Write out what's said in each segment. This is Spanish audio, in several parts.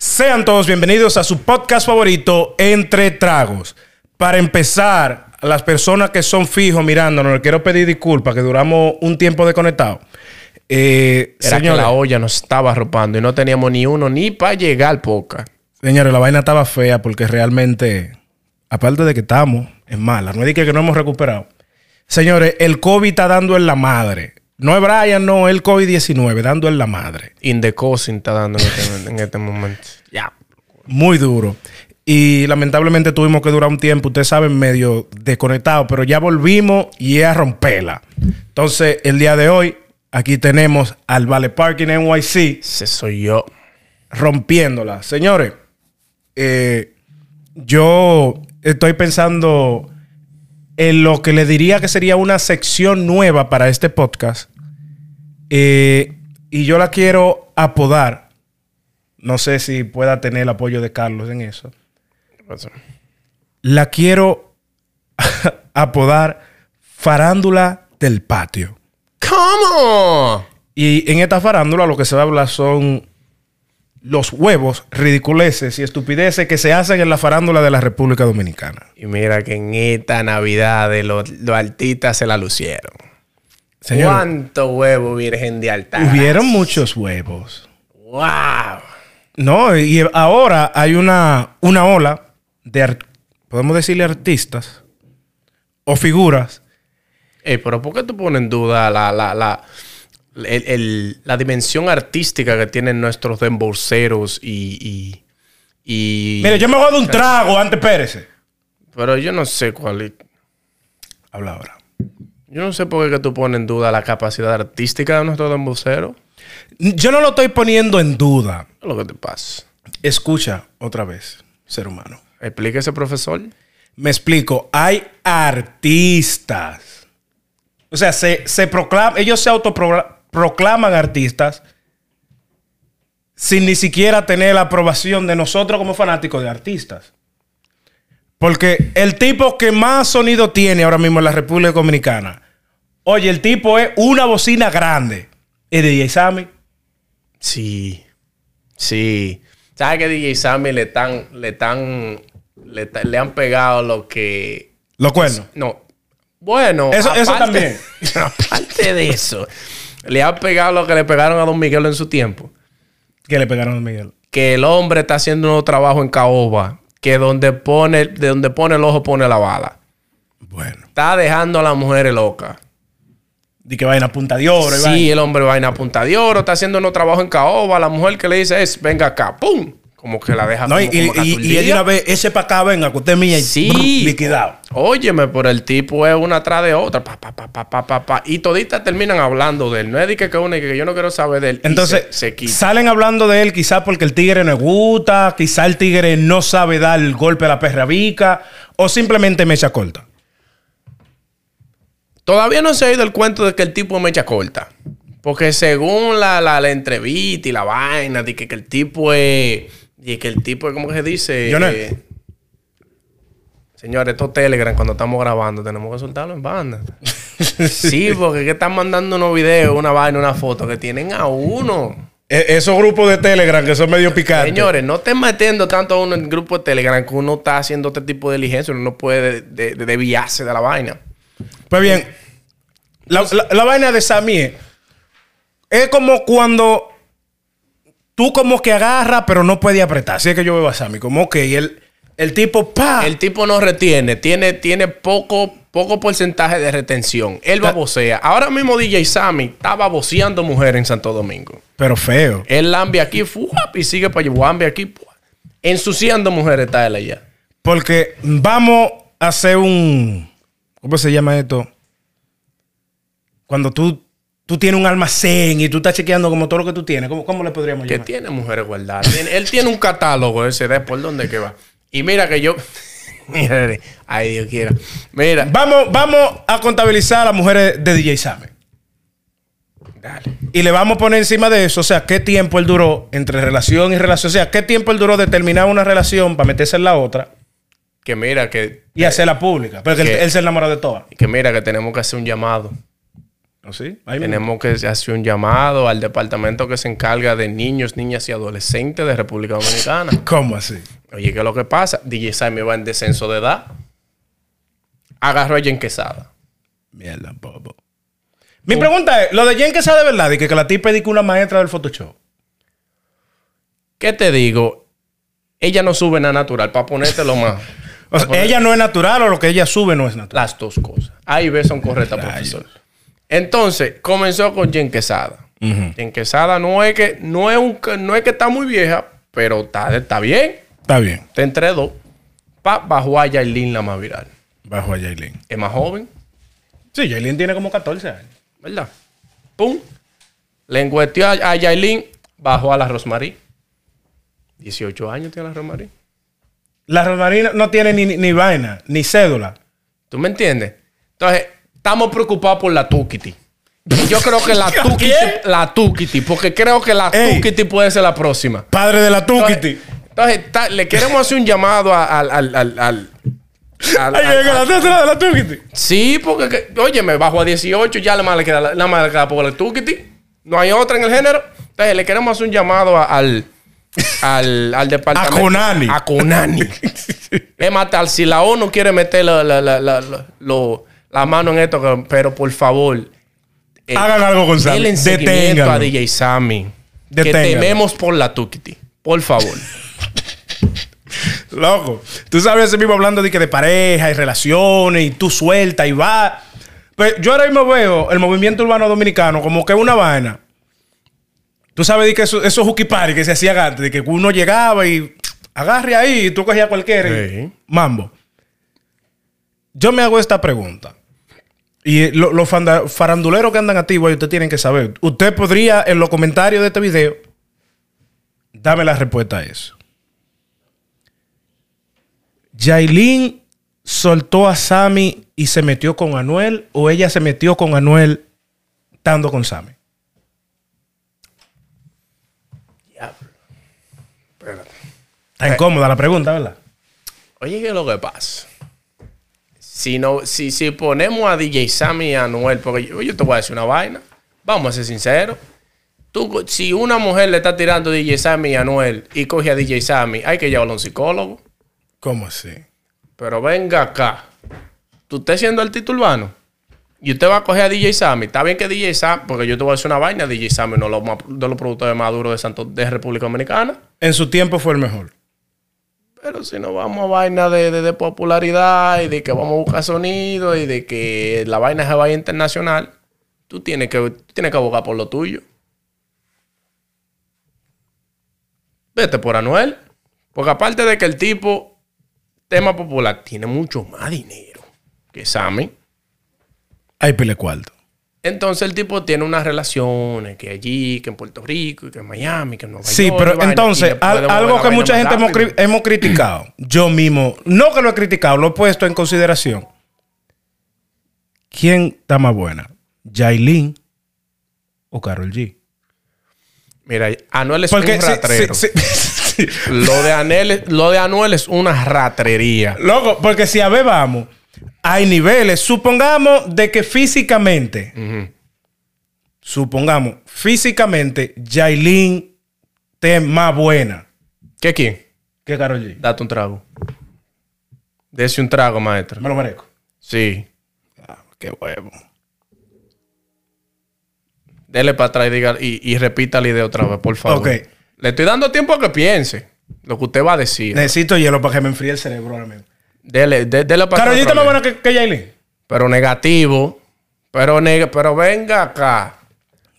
Sean todos bienvenidos a su podcast favorito, Entre Tragos. Para empezar, a las personas que son fijos mirándonos, les quiero pedir disculpas que duramos un tiempo desconectados. Eh, Era señores, que la olla nos estaba arropando y no teníamos ni uno ni para llegar al poca. señores, la vaina estaba fea porque realmente, aparte de que estamos, es mala. No es de que que no hemos recuperado. Señores, el COVID está dando en la madre. No es Brian, no, el COVID-19, dando en la madre. In the cousin está dando en este, en este momento. Ya. Muy duro. Y lamentablemente tuvimos que durar un tiempo, ustedes saben, medio desconectados, pero ya volvimos y a romperla. Entonces, el día de hoy, aquí tenemos al Vale Parking NYC Ese soy yo. rompiéndola. Señores, eh, yo estoy pensando en lo que le diría que sería una sección nueva para este podcast. Eh, y yo la quiero apodar. No sé si pueda tener el apoyo de Carlos en eso. ¿Qué pasó? La quiero apodar Farándula del Patio. ¿Cómo? Y en esta farándula lo que se va a hablar son los huevos, ridiculeces y estupideces que se hacen en la farándula de la República Dominicana. Y mira que en esta Navidad de los, los artistas se la lucieron. Señor, ¿Cuánto huevo virgen de altar? hubieron muchos huevos. ¡Wow! No, y ahora hay una, una ola de, ar- podemos decirle artistas o figuras. Ey, pero ¿por qué tú pones en duda la, la, la, el- el- la dimensión artística que tienen nuestros dembolseros y. y, y- Mire, yo me voy a dar un trago antes, Pérez. Pero yo no sé cuál es. Habla ahora. Yo no sé por qué que tú pones en duda la capacidad artística de nuestros dembolseros. Yo no lo estoy poniendo en duda. ¿Qué es lo que te pasa? Escucha otra vez, ser humano. Explíquese, profesor. Me explico, hay artistas. O sea, se, se proclam- ellos se autoproclaman artistas sin ni siquiera tener la aprobación de nosotros como fanáticos de artistas. Porque el tipo que más sonido tiene ahora mismo en la República Dominicana, oye, el tipo es una bocina grande. Es DJ Sammy. Sí. Sí. ¿Sabes que DJ Sammy le están. Le, están- le, ta- le han pegado lo que. Lo cuerno. No. Bueno, Eso- eso también. Aparte de eso, le han pegado lo que le pegaron a Don Miguel en su tiempo. Que le pegaron a Miguel. Que el hombre está haciendo un trabajo en caoba. Que donde pone, de donde pone el ojo pone la bala. Bueno. Está dejando a las mujeres locas. Di que vaina punta de oro. y Sí, vaina. el hombre vaina a punta de oro, está haciendo un trabajo en caoba. La mujer que le dice es, venga acá, ¡pum! Como que la deja No, y, como- Ah, como y- y- y él de una aturdida. vez, ese para acá, venga, que usted mía y Sí. brr, liquidado. Óyeme, pero el tipo es una atrás de otra. Pa, pa, pa, pa, pa, pa, pa. Y toditas terminan hablando de él. No es de que, que una y que yo no quiero saber de él. Y Entonces, se, se quita. salen hablando de él quizás porque el tigre no le gusta, quizás el tigre no sabe dar el golpe a la perra vica, o simplemente mecha corta. Todavía no se ha ido el cuento de que el tipo es mecha corta. Porque según la, la, la entrevista y la vaina, de que, que el tipo es. Y que el tipo es, ¿cómo que se dice? Lionel. Eh, señores, estos Telegram, cuando estamos grabando, tenemos que soltarlo en banda. sí, porque es que están mandando unos videos, una vaina, una foto que tienen a uno. E- esos grupos de Telegram que son medio picantes. Señores, no estén metiendo tanto a uno en el grupo de Telegram que uno está haciendo este tipo de diligencia, uno no puede de- de- desviarse de la vaina. Pues bien, la, la- la vaina de Sammy es- es como cuando tú como que agarras, pero no puedes apretar. Así es que yo veo a Sammy, como que el, el tipo, pa. El tipo no retiene, tiene, tiene poco, poco porcentaje de retención. Él babosea. Ahora mismo DJ Sammy está baboseando mujeres en Santo Domingo. pero feo. Él lambia aquí, fuap, y sigue para allá, lambia aquí, fuap. ensuciando mujeres está él allá. Porque vamos a hacer un. ¿Cómo se llama esto? Cuando tú, tú tienes un almacén y tú estás chequeando como todo lo que tú tienes. ¿Cómo, cómo le podríamos Que llamar? tiene mujeres guardadas. Tiene- él tiene un catálogo ese de por dónde que va. Y mira que yo. Mira, ay Dios quiera. Mira. Vamos, vamos a contabilizar a las mujeres de DJ Sabe. Dale. Y le vamos a poner encima de eso, o sea, qué tiempo él duró entre relación y relación. O sea, qué tiempo él duró de terminar una relación para meterse en la otra Que mira que, y hacerla pública. Porque él, ¿Qué? él se enamoró de todas. que mira que tenemos que hacer un llamado ¿Así? Ahí mismo. Tenemos que hacer un llamado al departamento que se encarga de niños, niñas y adolescentes de República Dominicana. ¿Cómo así? Oye, ¿qué es lo que pasa? DJ Sammy va en descenso de edad. Agarró a Jen Quesada. Mierda, bobo. Mi pregunta es, lo de Jen que sea de verdad, y que, que la tipa es una maestra del Photoshop. ¿Qué te digo? Ella no sube nada natural, para ponértelo más. O sea, ella no es natural o lo que ella sube no es natural. Las dos cosas. A y B son correctas, profesor. Entonces, comenzó con Jen Quesada. Jen Quesada no es que, no es un, no es que está muy vieja, pero está, está bien. Está bien. Te entregó. Pa, bajó a Yailin la más viral. Bajo a Jailin. Es más joven, Sí, Jailin tiene como 14 años. ¿verdad? Pum. Le encuestió a, a Yailin, bajó a la Rosmarie. 18 años tiene la Rosmarie. La Rosmarina no tiene ni, ni vaina, ni cédula. ¿Tú me entiendes? Entonces, estamos preocupados por la Tukiti. Y Yo creo que la ¿Qué? Tukiti, la Tukiti, porque creo que la Ey. Tukiti puede ser la próxima. Padre de la Entonces, Tukiti. entonces, está- le queremos hacer un llamado a- al. al, al, al- al- Ay, al- llega la tercera de la Tukiti. Sí, porque, que- oye, me bajo a 18, ya nada más le queda, la- nada más le queda poco la Tukiti. No hay otra en el género. Entonces, le queremos hacer un llamado a- al. Al, al departamento. Conani. A Conani. Es más, tal, si la ONU quiere meter la, la, la, la, la- lo- la mano en esto, que- pero por favor, eh, Hagan algo con Sammy. denle seguimiento Deténganlo. a DJ Sammy. Que Deténganlo. tememos por la Tukiti. Por favor. Loco. Tú sabes, ese mismo hablando de, que de pareja y relaciones y tú suelta y va. Pero yo ahora mismo veo el movimiento urbano dominicano como que una vaina. Tú sabes de que eso- esos hooky party que se hacían antes, de que uno llegaba y agarre ahí y tú cogías cualquiera. y- Sí. Mambo. Yo me hago esta pregunta. Y eh, lo- los fanda- faranduleros que andan activos ahí, ustedes tienen que saber. Usted podría, en los comentarios de este video, dame la respuesta a eso. ¿Yailin soltó a Sammy y se metió con Anuel? ¿O ella se metió con Anuel estando con Sammy? Está Eh. incómoda la pregunta, ¿verdad? Oye, ¿qué es lo que pasa? Si, no, si, si ponemos a DJ Sammy y a Anuel, porque yo, yo te voy a decir una vaina, vamos a ser sinceros. Tú, co- si una mujer le está tirando DJ Sammy y a Anuel y coge a DJ Sammy, hay que llevarlo a un psicólogo. ¿Cómo así? Pero venga acá. Tú estás siendo artista urbano. Y usted va a coger a DJ Sammy. Está bien que DJ Sammy, porque yo te voy a decir una vaina, DJ Sammy no es lo más- de los productores más duros de, Santo, de República Dominicana. En su tiempo fue el mejor. Pero si nos vamos a vaina de, de- de popularidad y de que vamos a buscar sonido y de que la vaina se vaya internacional, tú tienes que, tú tienes que abogar por lo tuyo. Vete por Anuel. Porque aparte de que el tipo, tema popular, tiene mucho más dinero que Sammy. Hay pile cuarto. Entonces el tipo tiene unas relaciones que allí, que en Puerto Rico, y que en Miami, que en Nueva Sí, York. Pues y pero vaina, y entonces, le puede al- mover algo la que vaina mucha más gente hemos, rápido. cri- hemos criticado, yo mismo, no que lo he criticado, lo he puesto en consideración. ¿Quién está más buena? ¿Yailin o Carol G? Mira, Anuel es Porque un si- ratrero. si- si- Lo de, Anel, lo de Anuel es una ratrería. Loco, porque si a ver vamos, hay niveles. Supongamos de que físicamente, supongamos, físicamente, Yailin te es más buena ¿Qué quién? que Carol G. Date un trago. Dese un trago, maestro. Me lo merezco. Sí. Ah, qué huevo. Dele para atrás y, diga, y, y repita la idea otra vez, por favor. Ok. Le estoy dando tiempo a que piense lo que usted va a decir. Necesito hielo para que me enfríe el cerebro ahora mismo. Dele, de- dele para Carol G atrás. está otra más vez. buena que, que Yailin. Pero negativo. Pero, neg- pero venga acá.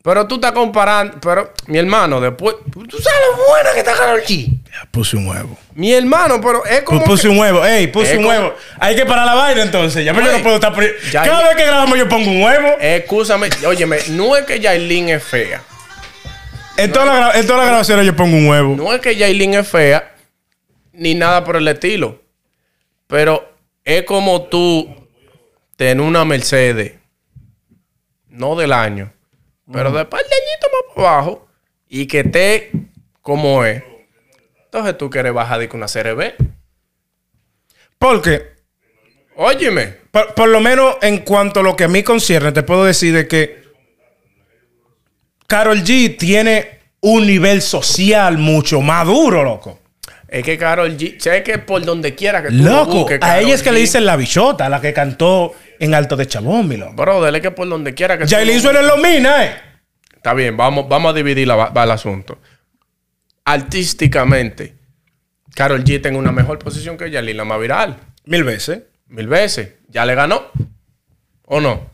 Pero tú estás comparando. Pero, mi hermano, después. Tú sabes lo buena que está Karol G. Puse un huevo. Mi hermano, pero es como. que- Eh, puse un huevo. Ey, puse Es un como- huevo. Hay que parar la vaina entonces. Ya pero yo Güey, no puedo estar. poni- ya- Eh, Cada vez que grabamos yo pongo un huevo. Excúsame, óyeme, no es que Yailin es fea. En todas las gra- en todas las grabaciones yo pongo un huevo. No es que Yailin es fea, ni nada por el estilo. Pero es como tú tener una Mercedes, no del año, pero de par de añitos más para abajo, y que esté como es. Entonces tú quieres bajar de que una CRB. Porque Óyeme, Por, por lo menos en cuanto a lo que a mí concierne, te puedo decir de que Carol G tiene un nivel social mucho más duro, loco. Es que Carol G, sé que por donde quiera que tú lo Loco, busques, a Karol ella es que G. le dicen la bichota, la que cantó en Alto de Chabón, mi loco. Bro, dele que por donde quiera que tú Yailin lo suena en los minas, eh. Está bien, vamos, vamos a dividir la, va- el asunto. Artísticamente, Carol G tiene una mejor posición que Yailin, la más viral. Mil veces Mil veces. Ya le ganó. ¿O no?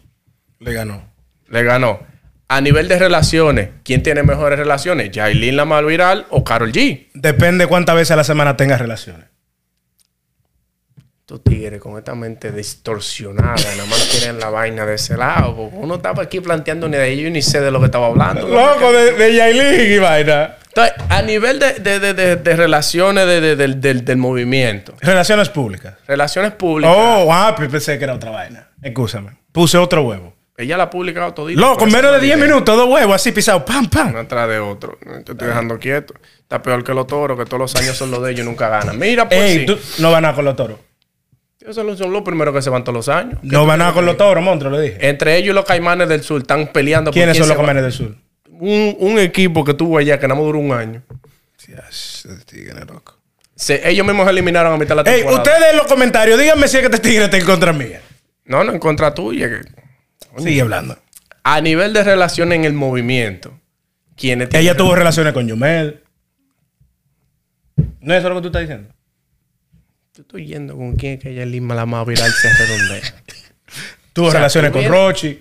le ganó. Le ganó. A nivel de relaciones, ¿quién tiene mejores relaciones? ¿Yailin la más viral o Carol G? Depende cuántas veces a la semana tengas relaciones. Tú tigres con esta mente distorsionada, nada más quieren la vaina de ese lado. porque Uno estaba aquí planteando ni de ello ni sé de lo que estaba hablando. Loco, de, de Yailin y vaina. Entonces, a nivel de, de- de- de- de relaciones de- de- del- del- del movimiento, Relaciones públicas. relaciones públicas. Oh, ah, pues pensé que era otra vaina. Excúsame. Puse otro huevo. Ella la ha publicado todito. Loco, en Por menos eso de no 10 diré. minutos, dos huevos así pisados. Pam, pam. Uno atrás de otro. Te Ah. estoy dejando quieto. Está peor que los toros, que todos los años son los de ellos y nunca ganan. Mira, pues Ey, sí. tú no van a con los toros. Esos son los- son los primeros que se van todos los años. No van a con los toros, monstruo, le dije. Entre ellos y los caimanes del sur están peleando ¿Quiénes quién son los se va. comanes del sur? Un, un equipo que tuvo allá que nada más duró un año. Se- ellos mismos se eliminaron a mitad de la Ey, temporada. ustedes en los comentarios, díganme si es que este tigre está en contra mía. No, no, en contra tuya. que- Sigue hablando. A nivel de relación en el movimiento, ¿quiénes tienen- Ella tuvo relaciones con Yumel. ¿No es eso lo que tú estás diciendo? Yo estoy yendo con quién es que ella es Lima la más viral se redondea. Tuvo sea, relaciones tú con ves- Rochi.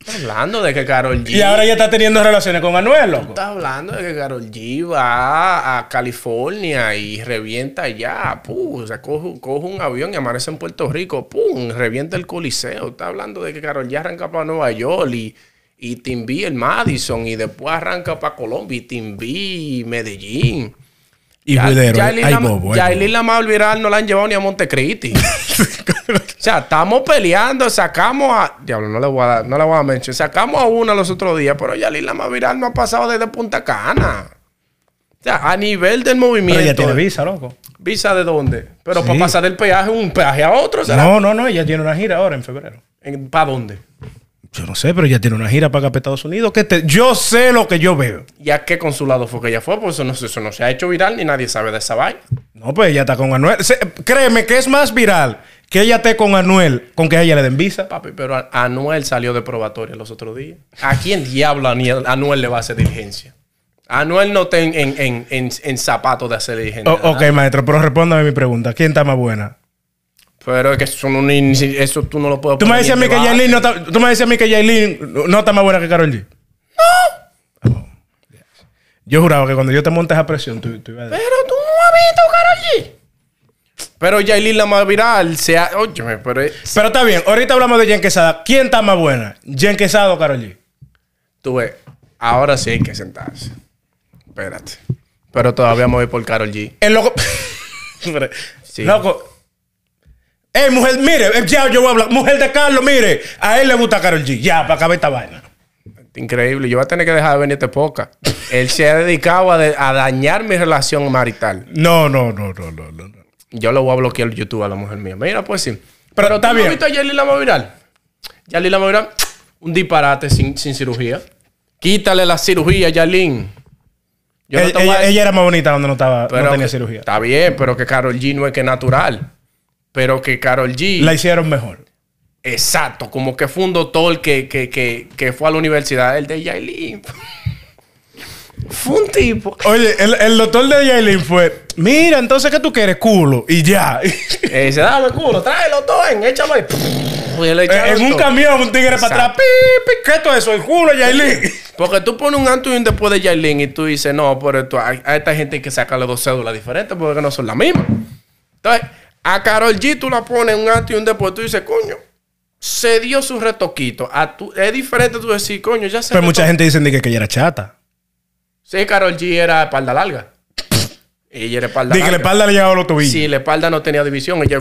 Está hablando de que Carol G. Y ahora ya está teniendo relaciones con Anuel, loco. Está hablando de que Carol G va a California y revienta allá. Puh, o sea, coge, coge un avión y amanece en Puerto Rico. Pum, revienta el Coliseo. Está hablando de que Carol G arranca para Nueva York y, y Timbí el Madison. Y después arranca para Colombia y Timbí Medellín. Y Ya- Juidero, Yailin ay, la- bobo, ay, Yailin la más viral no la han llevado ni a Montecristi. o sea, estamos peleando, sacamos a. Diablo, no le voy a dar- no le voy a mencionar. Sacamos a una los otros días, pero Yailin la más viral no ha pasado desde Punta Cana. O sea, a nivel del Pero movimiento. eh, ella tiene visa, loco. ¿Visa de dónde? Pero Sí. para pasar del peaje, un peaje a otro, ¿será? No, no, no, ella tiene una gira ahora en febrero. ¿Para dónde? Yo no sé, pero ella tiene una gira para acá, para Estados Unidos. Que te- Yo sé lo que yo veo. ¿Y a qué consulado fue que ella fue? Porque eso no, se- eso no se ha hecho viral ni nadie sabe de esa vaina. No, pues ella está con Anuel. Se- Créeme que es más viral que ella esté con Anuel, con que a ella le den visa. Papi, pero a- Anuel salió de probatoria los otros días. ¿A quién diablo a Aniel- Anuel le va a hacer diligencia? Anuel no está en, en, en, en- en zapatos de hacer diligencia. O- ok, maestro, pero respóndame mi pregunta. ¿Quién está más buena? Pero es que eso, no, ni- ni- eso tú no lo puedes Tú me poner decías a ni mí en que debate. Yailin no está, tú me decías a mí que Yailin no está más buena que Carol G. Oh, yes. Yo juraba que cuando yo te montes a presión, tú, tú ibas a decir. Pero tú no has visto, Karol G. Pero Yailin la más viral se ha... Óyeme, pero... es- Pero está bien, ahorita hablamos de Jen Quesada. ¿Quién está más buena? ¿Jen Quesada o Carol G? Tú ves, ahora sí hay que sentarse. Espérate. Pero todavía me voy por Karol G. El loco. Sí. Loco. Ey, mujer, mire, eh, ya yo voy a hablar. Mujer de Carlos, mire, a él le gusta Carol G. Ya, para acabar esta vaina. Increíble. Yo voy a tener que dejar de venir este poca. Él se ha dedicado a, de- a dañar mi relación marital. No, no, no, no, no, no. no. Yo lo voy a bloquear en YouTube a la mujer mía. Mira, pues sí. Pero está ¿tú no bien. has visto a Yailin Lama Viral? Yailin Lama Viral, un disparate sin, sin cirugía. Quítale la cirugía, Yailin. Yo no Él- te voy a ella, decir- ella era más bonita cuando no, estaba, pero no tenía que- cirugía. Está bien, pero que Carol G no es que natural. Pero que Carol G. La hicieron mejor. Exacto, como que fue un doctor que, que, que, que fue a la universidad, el de Yailin. fue un tipo. Oye, el, el doctor de Yailin fue, mira, entonces, ¿qué tú quieres? Culo. Y ya. Eh, dice, dame culo, tráelo todo en, échalo ahí. Eh, Y le echaron en un todo. camión, un tigre para atrás. Exacto. Pi, pi, ¿Qué es todo eso? El culo, Yailin. Porque tú pones un antes y un después de Yailin y tú dices, no, pero esto, a, a esta gente hay que sacarle dos cédulas diferentes porque no son las mismas. Entonces, a Carol G tú la pones un antes y un después, tú dices, coño, se dio su retoquito. A tu- es diferente tú decir, coño, ya se Pero mucha retoquó. gente dice que, que ella era chata. Sí, Carol G era espalda larga. Ella era espalda Dice que la larga. espalda le llegaba a los tobillos. Si la espalda no tenía división, ella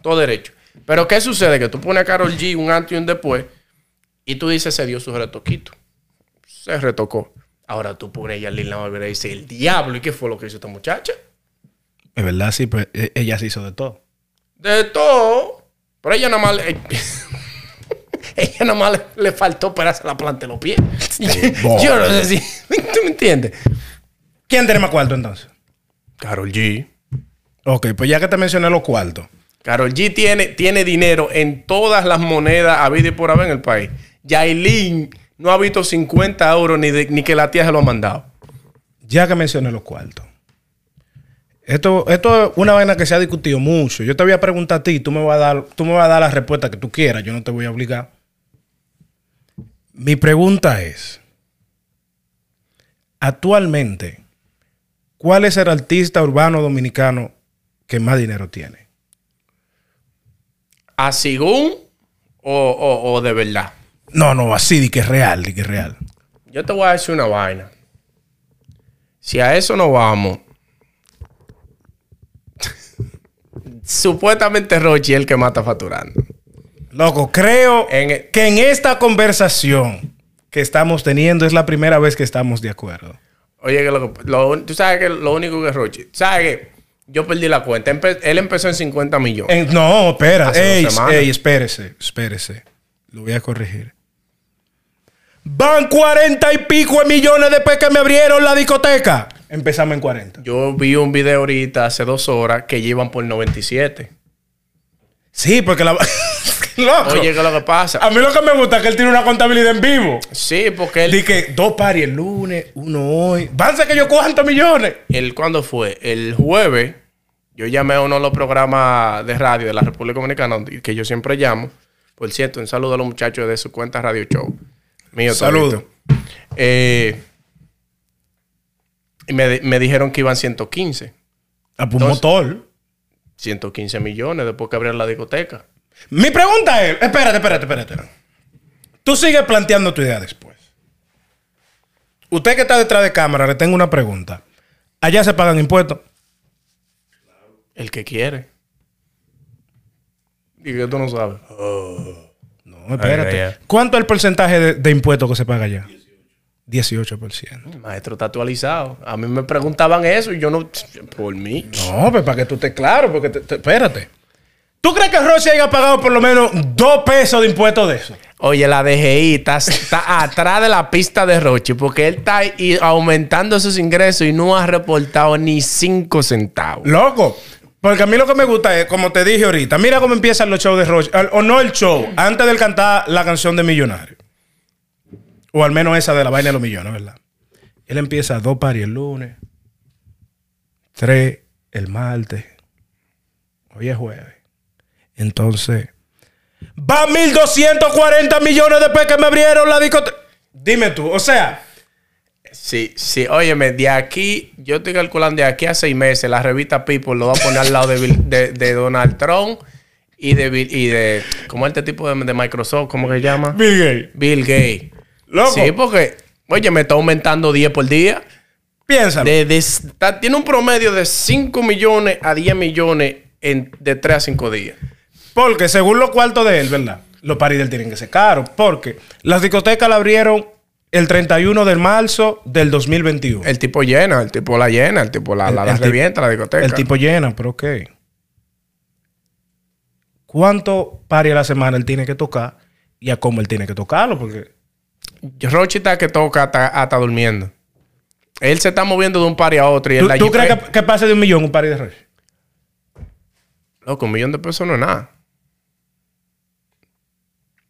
todo derecho. Pero ¿qué sucede? Que tú pones a Carol G un antes y un después y tú dices, se dio su retoquito. Se retocó. Ahora tú pones a Yailin la Barbera y dices, el diablo, ¿y qué fue lo que hizo esta muchacha? Es verdad, sí, pero eh, ella se hizo de todo. De todo. Pero ella nada más... le- Ella nomás le, le faltó operarse la planta de los pies. boy. Yo no sé si. ¿Tú me entiendes? ¿Quién tiene más cuarto entonces? Carol G. Ok, pues ya que te mencioné los cuartos. Carol G tiene, tiene dinero en todas las monedas habida y por haber en el país. Yailin no ha visto 50 euros ni, de- ni que la tía se lo ha mandado. Ya que mencioné los cuartos. Esto, esto es una vaina que se ha discutido mucho. Yo te voy a preguntar a ti, tú me vas a dar, tú me vas a dar la respuesta que tú quieras, yo no te voy a obligar. Mi pregunta es: actualmente, ¿cuál es el artista urbano dominicano que más dinero tiene? ¿Así según o, o- o de verdad? No, no, así di que es real, di que es real. Yo te voy a decir una vaina. Si a eso no vamos. Supuestamente Rochi es el que más está facturando. Loco, creo En- e- que en esta conversación que estamos teniendo es la primera vez que estamos de acuerdo. Oye, que lo, lo- tú sabes que lo único que es Rochi. ¿Sabes que Yo perdí la cuenta. Empe- él empezó en 50 millones. En- no, espera. Hace dos Ey, semanas. ey, espérese, espérese. Lo voy a corregir. Van cuarenta y pico de millones después que me abrieron la discoteca. Empezamos en 40. Yo vi un video ahorita hace dos horas que llevan por 97. Sí, porque la. Loco. Oye, ¿qué es lo que pasa? a mí lo que me gusta es que él tiene una contabilidad en vivo. Sí, porque él, Dice que dos paris el lunes, uno hoy. Vanse que yo cuántos millones. él cuando fue, el jueves, yo llamé a uno de los programas de radio de la República Dominicana, donde- que yo siempre llamo. Por cierto, un saludo a los muchachos de su cuenta Radio Show. Mío, Saludos. todito. Eh, y me, di- me dijeron que iban 115. A un motor. 115 millones después que abrieron la discoteca. Mi pregunta es, espérate, espérate, espérate. Tú sigues planteando tu idea después. Usted que está detrás de cámara, le tengo una pregunta. Allá se pagan impuestos. El que quiere. Y que tú no sabes. No, espérate. Ay, ay, ay. ¿Cuánto es el porcentaje de, de impuestos que se paga allá? 18%. El maestro está actualizado. A mí me preguntaban eso y yo no. Por mí. No, pues para que tú estés claro, porque te- te- espérate. ¿Tú crees que Roche haya pagado por lo menos dos pesos de impuestos de eso? Oye, la DGI está, está atrás de la pista de Rochi porque él está ahí aumentando sus ingresos y no ha reportado ni cinco centavos. Loco. Porque a mí lo que me gusta es, como te dije ahorita, mira cómo empiezan los shows de Roche. al- O no el show, antes del cantar la canción de Millonario. O al menos esa de la vaina de los millones, ¿verdad? Él empieza dos paris el lunes, tres el martes. Hoy es jueves. Entonces, va 1.240 millones después que me abrieron la discoteca. Dime tú, o sea, Sí, sí. Óyeme, de aquí, yo estoy calculando de aquí a seis meses, la revista People lo va a poner al lado de, Bill- de- de Donald Trump y de. Bill- Y de ¿Cómo es este tipo de, de Microsoft? ¿Cómo que se llama? Bill Gates, Bill Gates. Loco. Sí, pues, porque, oye, me está aumentando 10 por día. piénsalo. De- de- está- tiene un promedio de 5 millones a 10 millones en, de 3 a 5 días. Porque según los cuartos de él, ¿verdad? Los paris del tienen que ser caros. Porque las discotecas la abrieron el 31 de marzo del 2021. El tipo llena, el tipo la llena, el tipo la, El- la, el la tip- revienta, la discoteca. El tipo llena, pero ok. ¿Cuánto paris a la semana él tiene que tocar? Y a cómo él tiene que tocarlo, porque Rochi está que toca hasta, hasta durmiendo. Él se está moviendo de un par a otro. Y ¿Tú, él la eh, tú Jeep- crees que, que pase de un millón un pari de Roche? Loco, un millón de pesos no es nada.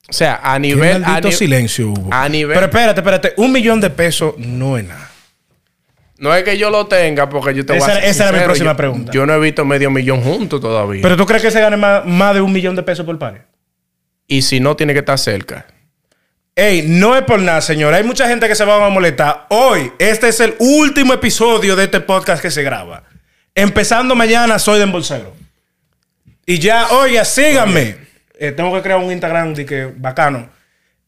O sea, a Qué nivel... a maldito ni- silencio hubo. a nivel- Pero espérate, espérate. Un millón de pesos no es nada. No es que yo lo tenga porque yo te Esa voy a era- ser esa era mi sincero, próxima yo- pregunta. Yo no he visto medio millón juntos todavía. Pero tú crees que se gane más, más de un millón de pesos por pari? y si no, tiene que estar cerca. Ey, no es por nada, señora. Hay mucha gente que se va a molestar. Hoy, este es el último episodio de este podcast que se graba. Empezando mañana, soy de embolsero. Y ya, oiga, síganme. Eh, tengo que crear un Instagram de que bacano.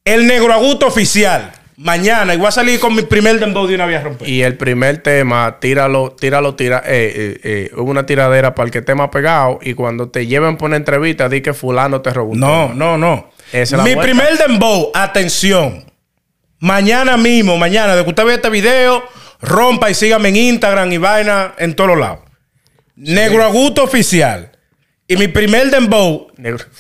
El Negro Aguto Oficial. Mañana. Y voy a salir con mi primer dembow de una vía romper. Pues. Y el primer tema, tíralo, tíralo, tira. eh, eh, eh, hubo una tiradera para el que tema pegado. Y cuando te lleven por una entrevista, di que fulano te robó. un No, no, no. Esa es la Mi vuelta. primer dembow, atención. Mañana mismo, mañana, de que usted vea este video, rompa y sígame en Instagram y vaina en todos los lados. Negro Aguto Oficial. Y mi primer dembow, negro.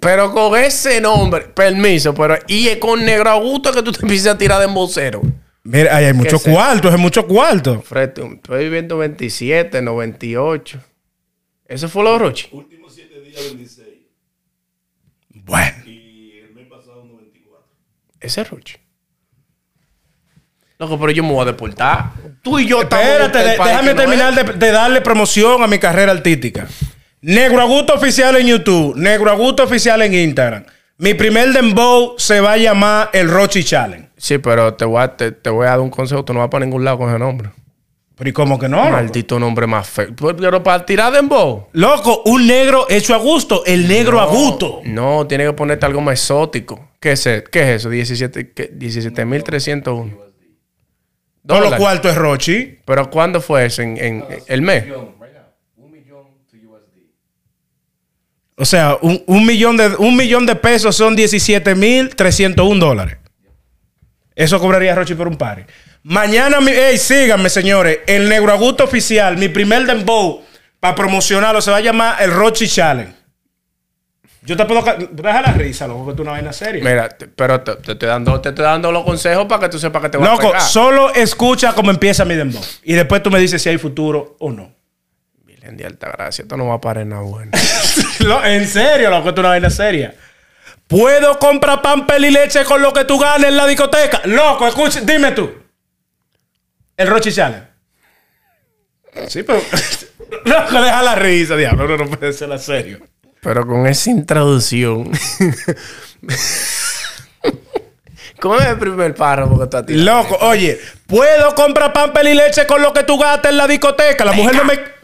Pero con ese nombre, permiso, pero y es con Negro Augusto que tú te empiezas a tirar de embocero. Mira, ahí hay muchos sé. cuartos, hay muchos cuartos. Frente, estoy viviendo 27, 98. Eso fue lo Rochi. Últimos 7 días 26 Bueno. y el mes pasado 94. Ese es Rochi. Loco, pero yo me voy a deportar. Tú y yo estamos Espérate, en de- el país déjame que no es. terminar de, de darle promoción a mi carrera artística. Negro Augusto Oficial en YouTube, Negro Augusto Oficial en Instagram. Mi primer dembow se va a llamar El Rochi Challenge. Sí, pero te voy, a, te, te voy a dar un consejo. Tú no vas para ningún lado con ese nombre. Pero ¿y cómo que no? loco? Maldito nombre más feo. Pero- Pero para tirar de embo. Loco, un negro hecho a gusto, el negro a gusto. No, tiene que ponerte algo más exótico. ¿Qué es, e- qué es eso? 17 qué- 17.301. Todo lo Dólares. cuarto es Rochi. ¿Pero cuándo fue eso? ¿En, en- en el mes? O sea, un, un millón de, un millón de pesos son 17.301 dólares. Eso cobraría Rochi por un par. Mañana, mi, ey, síganme, señores. El Negro Augusto Oficial, mi primer dembow para promocionarlo, se va a llamar el Rochi Challenge. Yo te puedo... ca- Deja la risa, loco, que tú una vaina seria. Mira, te- pero te, te estoy dando, te estoy dando los consejos para que tú sepas que te va a Loco, pegar. solo escucha cómo empieza mi dembow. Y después tú me dices si hay futuro o no. Virgen de Altagracia, esto no va a parar en nada bueno. Lo- en serio, loco, esto es una vaina seria. ¿Puedo comprar pan, pel y leche con lo que tú ganes en la discoteca? Loco, escucha, dime tú. El Rochi Challenge. Sí, pero... loco, deja la risa, diablo. No, no puede ser la serio. Pero con esa introducción. ¿Cómo es el primer párrafo que tú has tirado? Loco, oye. ¿Puedo comprar pan, pel y leche con lo que tú gastas en la discoteca? La mujer no me...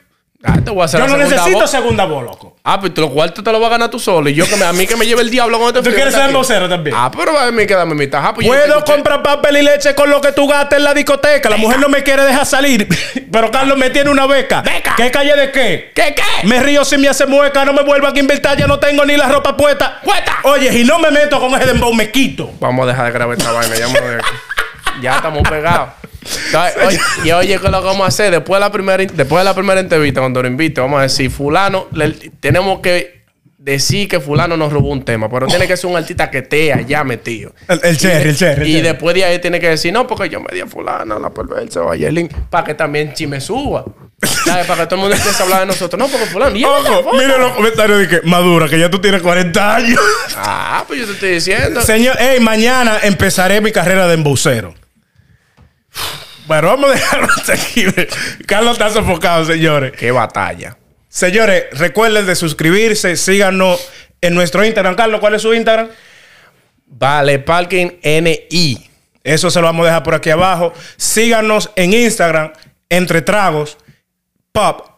Ah, te voy a hacer Yo la no segunda necesito voz. segunda voz, loco. Ah, pero tú los cuartos te los vas a ganar tú solo. Y yo que me- a mí que me lleve el diablo con este ¿Tú frío quieres que está ser aquí. vocero también? Ah, pero a mí quédame mitad. Ah, pues yo te ¿Puedo escuché. comprar papel y leche con lo que tú gastas en la discoteca? La mujer no me quiere dejar salir. Pero Carlos me tiene una beca. Beca. ¿Qué calle de qué? ¿Qué, qué? Me río si me hace mueca, no me vuelvan a inventar, ya no tengo ni la ropa puesta. Puesta. Oye, y no me meto con ese dembow, me quito. Vamos a dejar de grabar esta vaina. Ya, me voy de aquí. Ya estamos pegados. Entonces, oye, y oye, ¿qué es lo que vamos a hacer? Después de la primera, después de la primera entrevista, cuando lo invite, vamos a decir, fulano, le- tenemos que decir que fulano nos robó un tema, pero tiene que ser un artista que te haya metido. El, el cherry, el cherry. el Y cherry. después de ahí tiene que decir, no, porque yo me di a fulana, la perversa, o a Yelin, para que también chime suba. ¿Sabes? Para que todo el mundo empiece a hablar de nosotros. No, porque fulano. y él no Ojo, grabó. miren los comentarios de que madura, que ya tú tienes 40 años. Ah, pues yo te estoy diciendo. Señor, hey, mañana empezaré mi carrera de embocero. Bueno, vamos a dejarlo hasta aquí. Carlos está sofocado, señores. Qué batalla. Señores, recuerden de suscribirse, síganos en nuestro Instagram. Carlos, ¿cuál es su Instagram? Vale, Parking NI. Eso se lo vamos a dejar por aquí abajo. Síganos en Instagram, entre tragos, pop.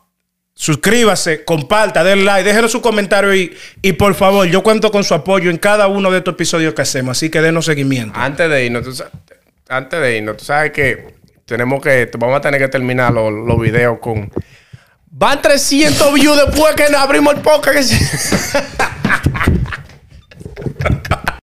Suscríbase, comparta, den like, déjenos su comentario y, y por favor, yo cuento con su apoyo en cada uno de estos episodios que hacemos, así que denos seguimiento. Antes de irnos, tú sa- antes de irnos, tú sabes que tenemos que, te- vamos a tener que terminar los los videos con. Van 300 views después que abrimos el podcast.